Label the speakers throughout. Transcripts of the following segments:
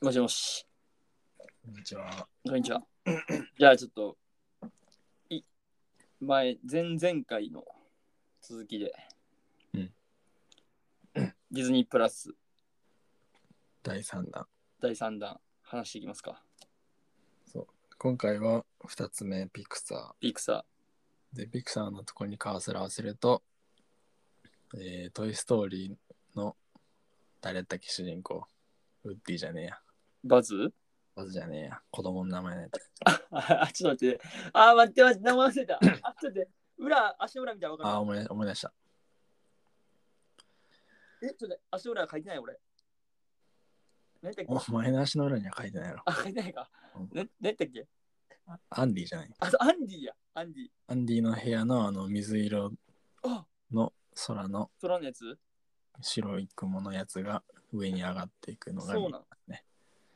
Speaker 1: もしもし。
Speaker 2: こんにちは。
Speaker 1: こんにちは。じゃあちょっと、い前、前々回の続きで、
Speaker 2: うん
Speaker 1: ディズニープラス
Speaker 2: 第3弾。
Speaker 1: 第3弾話していきますか。
Speaker 2: 今回は2つ目、ピクサ
Speaker 1: ピクサ
Speaker 2: ー。で、ピクサーのとこにカーソルをすると、えー、トイ・ストーリーの誰だっけ主人公。ウッディじゃねえや。
Speaker 1: ー、バズ
Speaker 2: バズじゃねえや。子供の名前のやつ。
Speaker 1: あ、ちょっと待って。あ、待って待って、名前忘 れた。あ、ちょっと待って。裏、足の裏みたいな分か
Speaker 2: あー、
Speaker 1: る。
Speaker 2: 思い出思い出した。
Speaker 1: え、ちょっと待って足の裏書いてない俺。何だっけ
Speaker 2: お前の足の裏には書いてないやろ。
Speaker 1: あ、書いてないか
Speaker 2: うん。
Speaker 1: な何だっけ
Speaker 2: アンディじゃない。
Speaker 1: あ、そうアンディや。アンディ。
Speaker 2: アンディの部屋のあの水色
Speaker 1: あ、
Speaker 2: の空の
Speaker 1: 空のやつ
Speaker 2: 白い雲のやつが上に上がっていくのが見
Speaker 1: そ
Speaker 2: え
Speaker 1: う
Speaker 2: ま
Speaker 1: なん
Speaker 2: すね。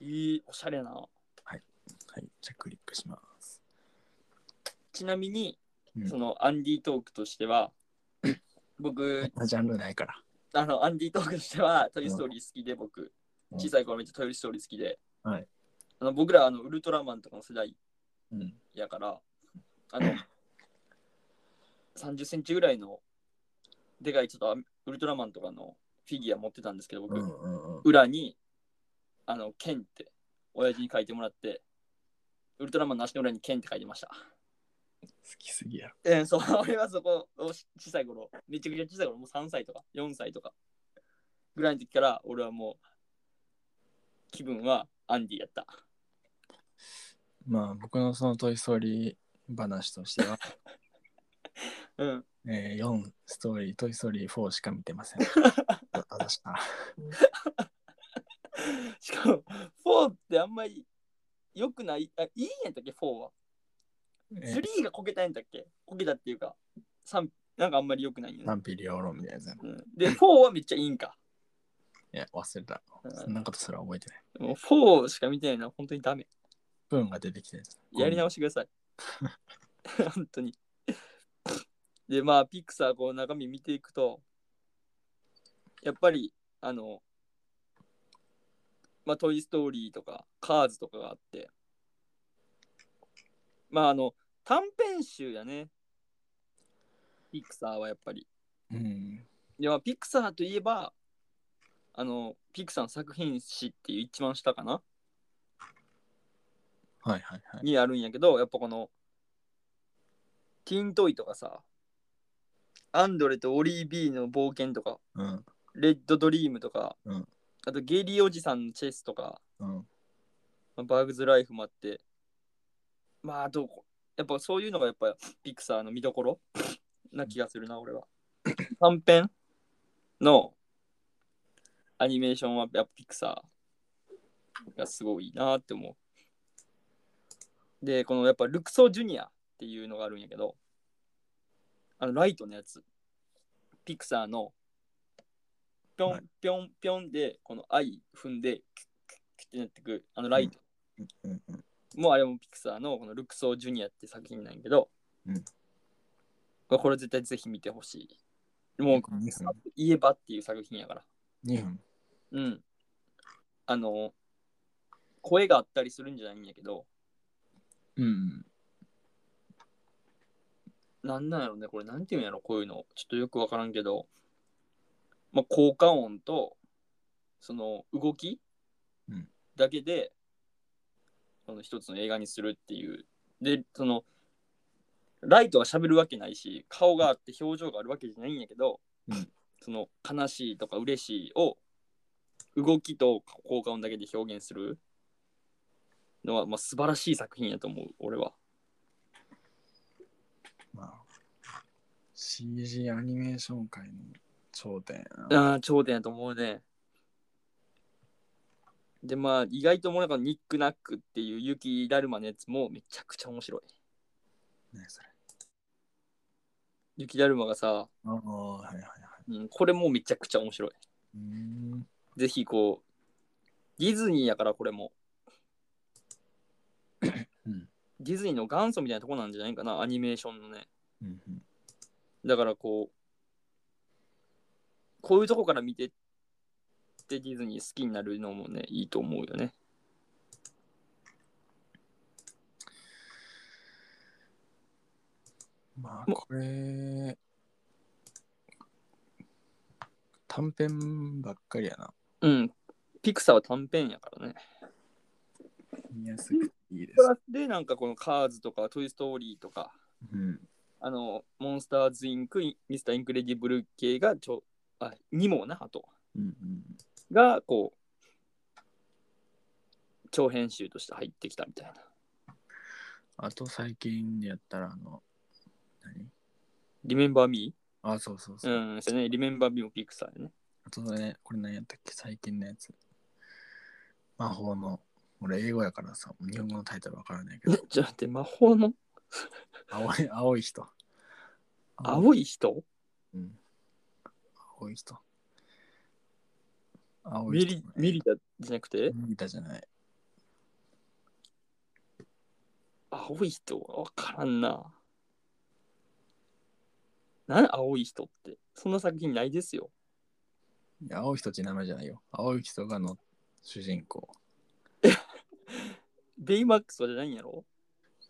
Speaker 1: いい、おしゃれな。
Speaker 2: はい、じゃあクリックします。
Speaker 1: ちなみに、
Speaker 2: うん
Speaker 1: そのアンディトークとして は、僕、
Speaker 2: ジャンルないから。
Speaker 1: あの、アンディトークとしては、トイ・ストーリー好きで、僕、
Speaker 2: うん
Speaker 1: 小さい頃めっちゃトイ・ストーリー好きで、
Speaker 2: はい
Speaker 1: あの僕らあの、ウルトラマンとかの世代
Speaker 2: うん。
Speaker 1: やから、あの、30センチぐらいの、でかいちょっとあウルトラマンとかのフィギュア持ってたんですけど、僕、
Speaker 2: うんうんうん。
Speaker 1: 裏に、あの、ケンって、親父に書いてもらって、ウルトラマンの足の裏にケンって書いてました。
Speaker 2: 好きすぎやろ。
Speaker 1: えー、そう、 俺はそこをし小さい頃、めちゃくちゃ小さい頃、もう3歳とか4歳とかぐらいの時から、俺はもう、気分はアンディやった。
Speaker 2: まあ僕のそのトイ・ストーリー話としては、
Speaker 1: うん。
Speaker 2: えー、4ストーリー、トイ・ストーリー4しか見てません。あたした。
Speaker 1: しかも、4ってあんまり良くない、あ、いいんやったっけ、4は。
Speaker 2: えー、
Speaker 1: 3がこけたんやったっけこけたっていうか、三なんかあんまり良くないんやな、
Speaker 2: 賛否両論みたいなやつやな
Speaker 1: うん。で、4はめっちゃいいんか。
Speaker 2: いや、忘れた。
Speaker 1: うん
Speaker 2: そんなことすら覚えてない。
Speaker 1: もう4しか見てないのは本当にダメ。
Speaker 2: スプーンが出てきてる。
Speaker 1: やり直してください。 本当に。で、まあ、ピクサー、こう、中身見ていくと、やっぱり、あの、まあ、トイ・ストーリーとか、カーズとかがあって、まあ、あの、短編集やね、ピクサーはやっぱり。
Speaker 2: うん。
Speaker 1: で、まあ、ピクサーといえば、あの、ピクサーの作品誌っていう一番下かな
Speaker 2: はいはいはい。
Speaker 1: にあるんやけどやっぱこのティーントイとかさアンドレとオリー・ビーの冒険とか
Speaker 2: うん。
Speaker 1: レッド・ドリームとか、
Speaker 2: うん
Speaker 1: あとゲリーおじさんのチェスとか
Speaker 2: うん。
Speaker 1: まあバグズ・ライフもあってまああとやっぱそういうのがやっぱピクサーの見どころな気がするな俺は短編のアニメーションはやっぱピクサーがすごいなって思うでこのやっぱルクソ・ジュニアっていうのがあるんやけどあのライトのやつピクサーのぴょ
Speaker 2: は
Speaker 1: んぴょんぴょんでこの愛踏んでキュッキュッキュッってなってくあのライト
Speaker 2: うんうん。
Speaker 1: もうあれもピクサーのこのルクソージュニアって作品なんやけど、
Speaker 2: うん
Speaker 1: まあこれ絶対ぜひ見てほしい。もう、
Speaker 2: 2分。
Speaker 1: 言えばっていう作品やから。
Speaker 2: 2分。
Speaker 1: うん。あの、声があったりするんじゃないんやけど、
Speaker 2: うん。
Speaker 1: なんなんやろね、これなんていうんやろ、こういうの。ちょっとよくわからんけど、まあ、効果音と、その動き
Speaker 2: うん
Speaker 1: だけで、その一つの映画にするっていう。で、その、ライトは喋るわけないし、顔があって表情があるわけじゃないんやけど、
Speaker 2: うん
Speaker 1: その悲しいとか嬉しいを動きと効果音だけで表現するのは、まあ、素晴らしい作品やと思う、俺は。
Speaker 2: まあ、CG アニメーション界の頂点やな。
Speaker 1: ああ、頂点やと思うね。で、まあ、意外ともなんかニックナックっていう雪だるまのやつもめちゃくちゃ面白い。
Speaker 2: ねそれ。
Speaker 1: 雪だるまがさ、
Speaker 2: ああ、はいはいはい。
Speaker 1: うん、これもめちゃくちゃ面白い。
Speaker 2: うーん。
Speaker 1: ぜひこう、ディズニーやからこれも。
Speaker 2: うん
Speaker 1: ディズニーの元祖みたいなとこなんじゃないかな、アニメーションのね。
Speaker 2: うんうん。
Speaker 1: だからこう、こういうとこから見てってディズニー好きになるのもね、いいと思うよね。
Speaker 2: まあ、これ、短編ばっかりやな。
Speaker 1: うん。ピクサーは短編やからね。
Speaker 2: 見やすくていいで
Speaker 1: プラスで、なんかこのカーズとか、トイ・ストーリーとか、
Speaker 2: うん。
Speaker 1: あの、モンスターズ・インク、イミスター・インクレディブル系がちょ、あ、にもな、あと、
Speaker 2: うんうん。
Speaker 1: が、こう、長編集として入ってきたみたいな。
Speaker 2: あと最近でやったら、あの、何
Speaker 1: リメンバー・ミ
Speaker 2: あ、そうそう
Speaker 1: ー
Speaker 2: そう。
Speaker 1: うん、そうね。リメンバー・ミーもピクサーやね。
Speaker 2: あとね、これ何やったっけ最近のやつ。魔法の、俺英語やからさ、日本語のタイトルわからないけ
Speaker 1: ね
Speaker 2: ど、
Speaker 1: ちょっと待って、魔法の
Speaker 2: 青 い、青い人。
Speaker 1: 青い人
Speaker 2: うん。青い人。青い
Speaker 1: ミ
Speaker 2: 人、
Speaker 1: リミリダじゃなくて
Speaker 2: ミリタじゃない。
Speaker 1: 青い人わからんな。なん青い人って。そんな作品ないですよ。
Speaker 2: いや青い人って名前じゃないよ。青い人がの主人公。
Speaker 1: ベイマックスはじゃないんやろ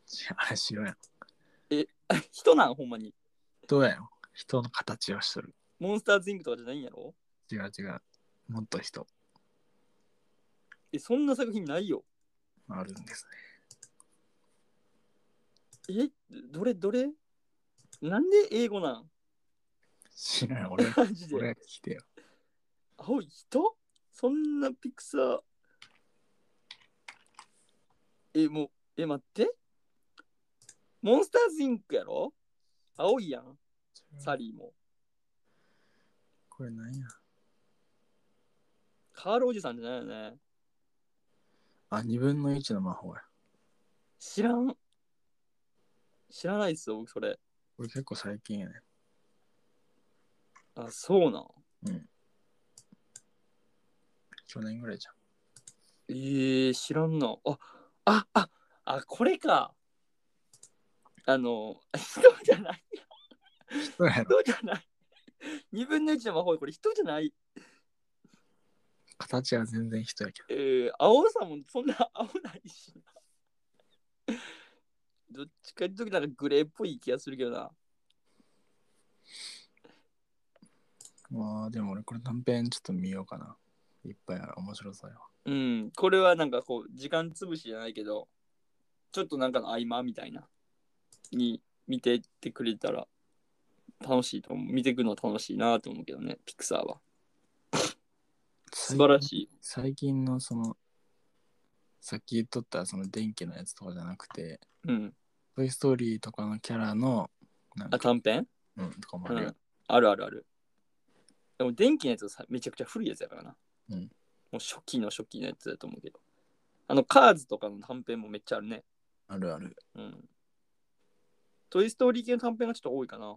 Speaker 2: し あれ白やん。
Speaker 1: あ人なんほんまに。
Speaker 2: どうやよ。人の形をしとる。
Speaker 1: モンスターズインクとかじゃないんやろ
Speaker 2: 違う違う。もっと人
Speaker 1: え、そんな作品ないよ。
Speaker 2: あるんですね。
Speaker 1: え、どれどれなんで英語なん
Speaker 2: 知ら ん。俺、
Speaker 1: マジ
Speaker 2: 俺
Speaker 1: で。
Speaker 2: が来てよ。
Speaker 1: 青い人そんなピクサー。え、もう、え、待って。モンスターズインクやろ青いやん、サリーも。
Speaker 2: これなんや。
Speaker 1: カールおじさんじゃないよね。
Speaker 2: あ、二分の一の魔法や。
Speaker 1: 知らん。知らないっすよ、僕それ。
Speaker 2: これ結構最近やね。
Speaker 1: あ、そうなん。
Speaker 2: 去年ぐらいじゃん。
Speaker 1: えー、知らんな。あ、あ、あ、あ、これか。あの、 人じゃない、
Speaker 2: 人やろ。
Speaker 1: 人じゃない。二分の一の魔法、これ人じゃない。
Speaker 2: 形は全然人やけど。
Speaker 1: えー、青さもそんな青ないしな。 どっちかというとなんかグレーっぽい気がするけどな。
Speaker 2: まあ、でも俺これ短編ちょっと見ようかな。いっぱいある。面白そうよ。
Speaker 1: うん、これはなんかこう、時間つぶしじゃないけど、ちょっとなんかの合間みたいな、に見てってくれたら、楽しいと思う。見てくの楽しいなと思うけどね、ピクサーは。素晴らしい。
Speaker 2: 最近のそのさっき言っとったその電気のやつとかじゃなくて
Speaker 1: うん。
Speaker 2: 「トイ・ストーリー」とかのキャラのなん
Speaker 1: あ、
Speaker 2: か、
Speaker 1: 短編
Speaker 2: うん、とかも
Speaker 1: う
Speaker 2: あるよ、
Speaker 1: ん。あるあるある。でも電気のやつはさめちゃくちゃ古いやつやからな。
Speaker 2: うん
Speaker 1: もう初期の初期のやつだと思うけど。あの、カーズとかの短編もめっちゃあるね。
Speaker 2: あるある
Speaker 1: うん。トイ・ストーリー系の短編がちょっと多いかな。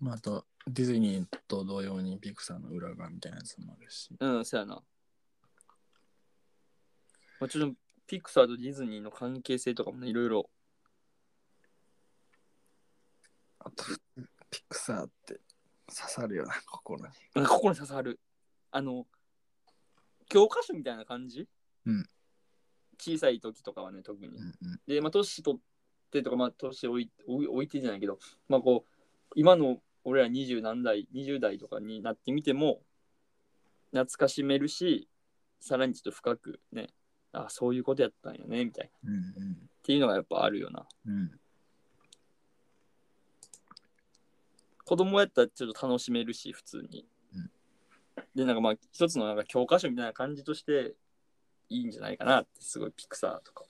Speaker 2: まあ、あとディズニーと同様にピクサーの裏側みたいなやつもあるし
Speaker 1: うん、そうやな。まあ、ちょっとピクサーとディズニーの関係性とかもね、いろいろ。
Speaker 2: あとピクサーって刺さるよな心に
Speaker 1: なんかここに刺さる。あの、教科書みたいな感じ
Speaker 2: うん。
Speaker 1: 小さい時とかはね、特に
Speaker 2: う。んうん
Speaker 1: で、まあ、年取ってとか、まあ、年置い置い置いてじゃないけど、まあ、こう、今の俺ら二十何代、二十代とかになってみても、懐かしめるし、さらにちょっと深くね、あそういうことやったんよね、みたいな。っ
Speaker 2: うん
Speaker 1: ていうのがやっぱあるよな。
Speaker 2: うんうん
Speaker 1: 子供やったらちょっと楽しめるし、普通に。
Speaker 2: うん
Speaker 1: で、なんかまあ、一つのなんか教科書みたいな感じとして、いいんじゃないかなって、すごい、ピクサーとか。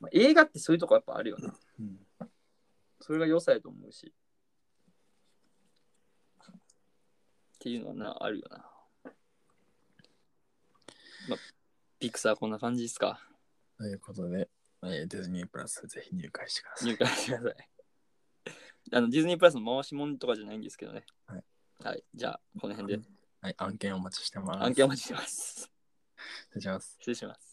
Speaker 1: まあ、映画ってそういうとこやっぱあるよな。
Speaker 2: うん
Speaker 1: それが良さやと思うし。っていうのはな、あるよな。まあ、ピクサーこんな感じです か。
Speaker 2: ということで、えーディズニープラスぜひ入会してくださ
Speaker 1: 入
Speaker 2: い
Speaker 1: 会してください。あのディズニープラスの回し物とかじゃないんですけどね。
Speaker 2: はい。
Speaker 1: はい、じゃあ、この辺で
Speaker 2: はい案件お待ちしてます
Speaker 1: 案件お待ちしてます。
Speaker 2: 失礼します
Speaker 1: 失礼します。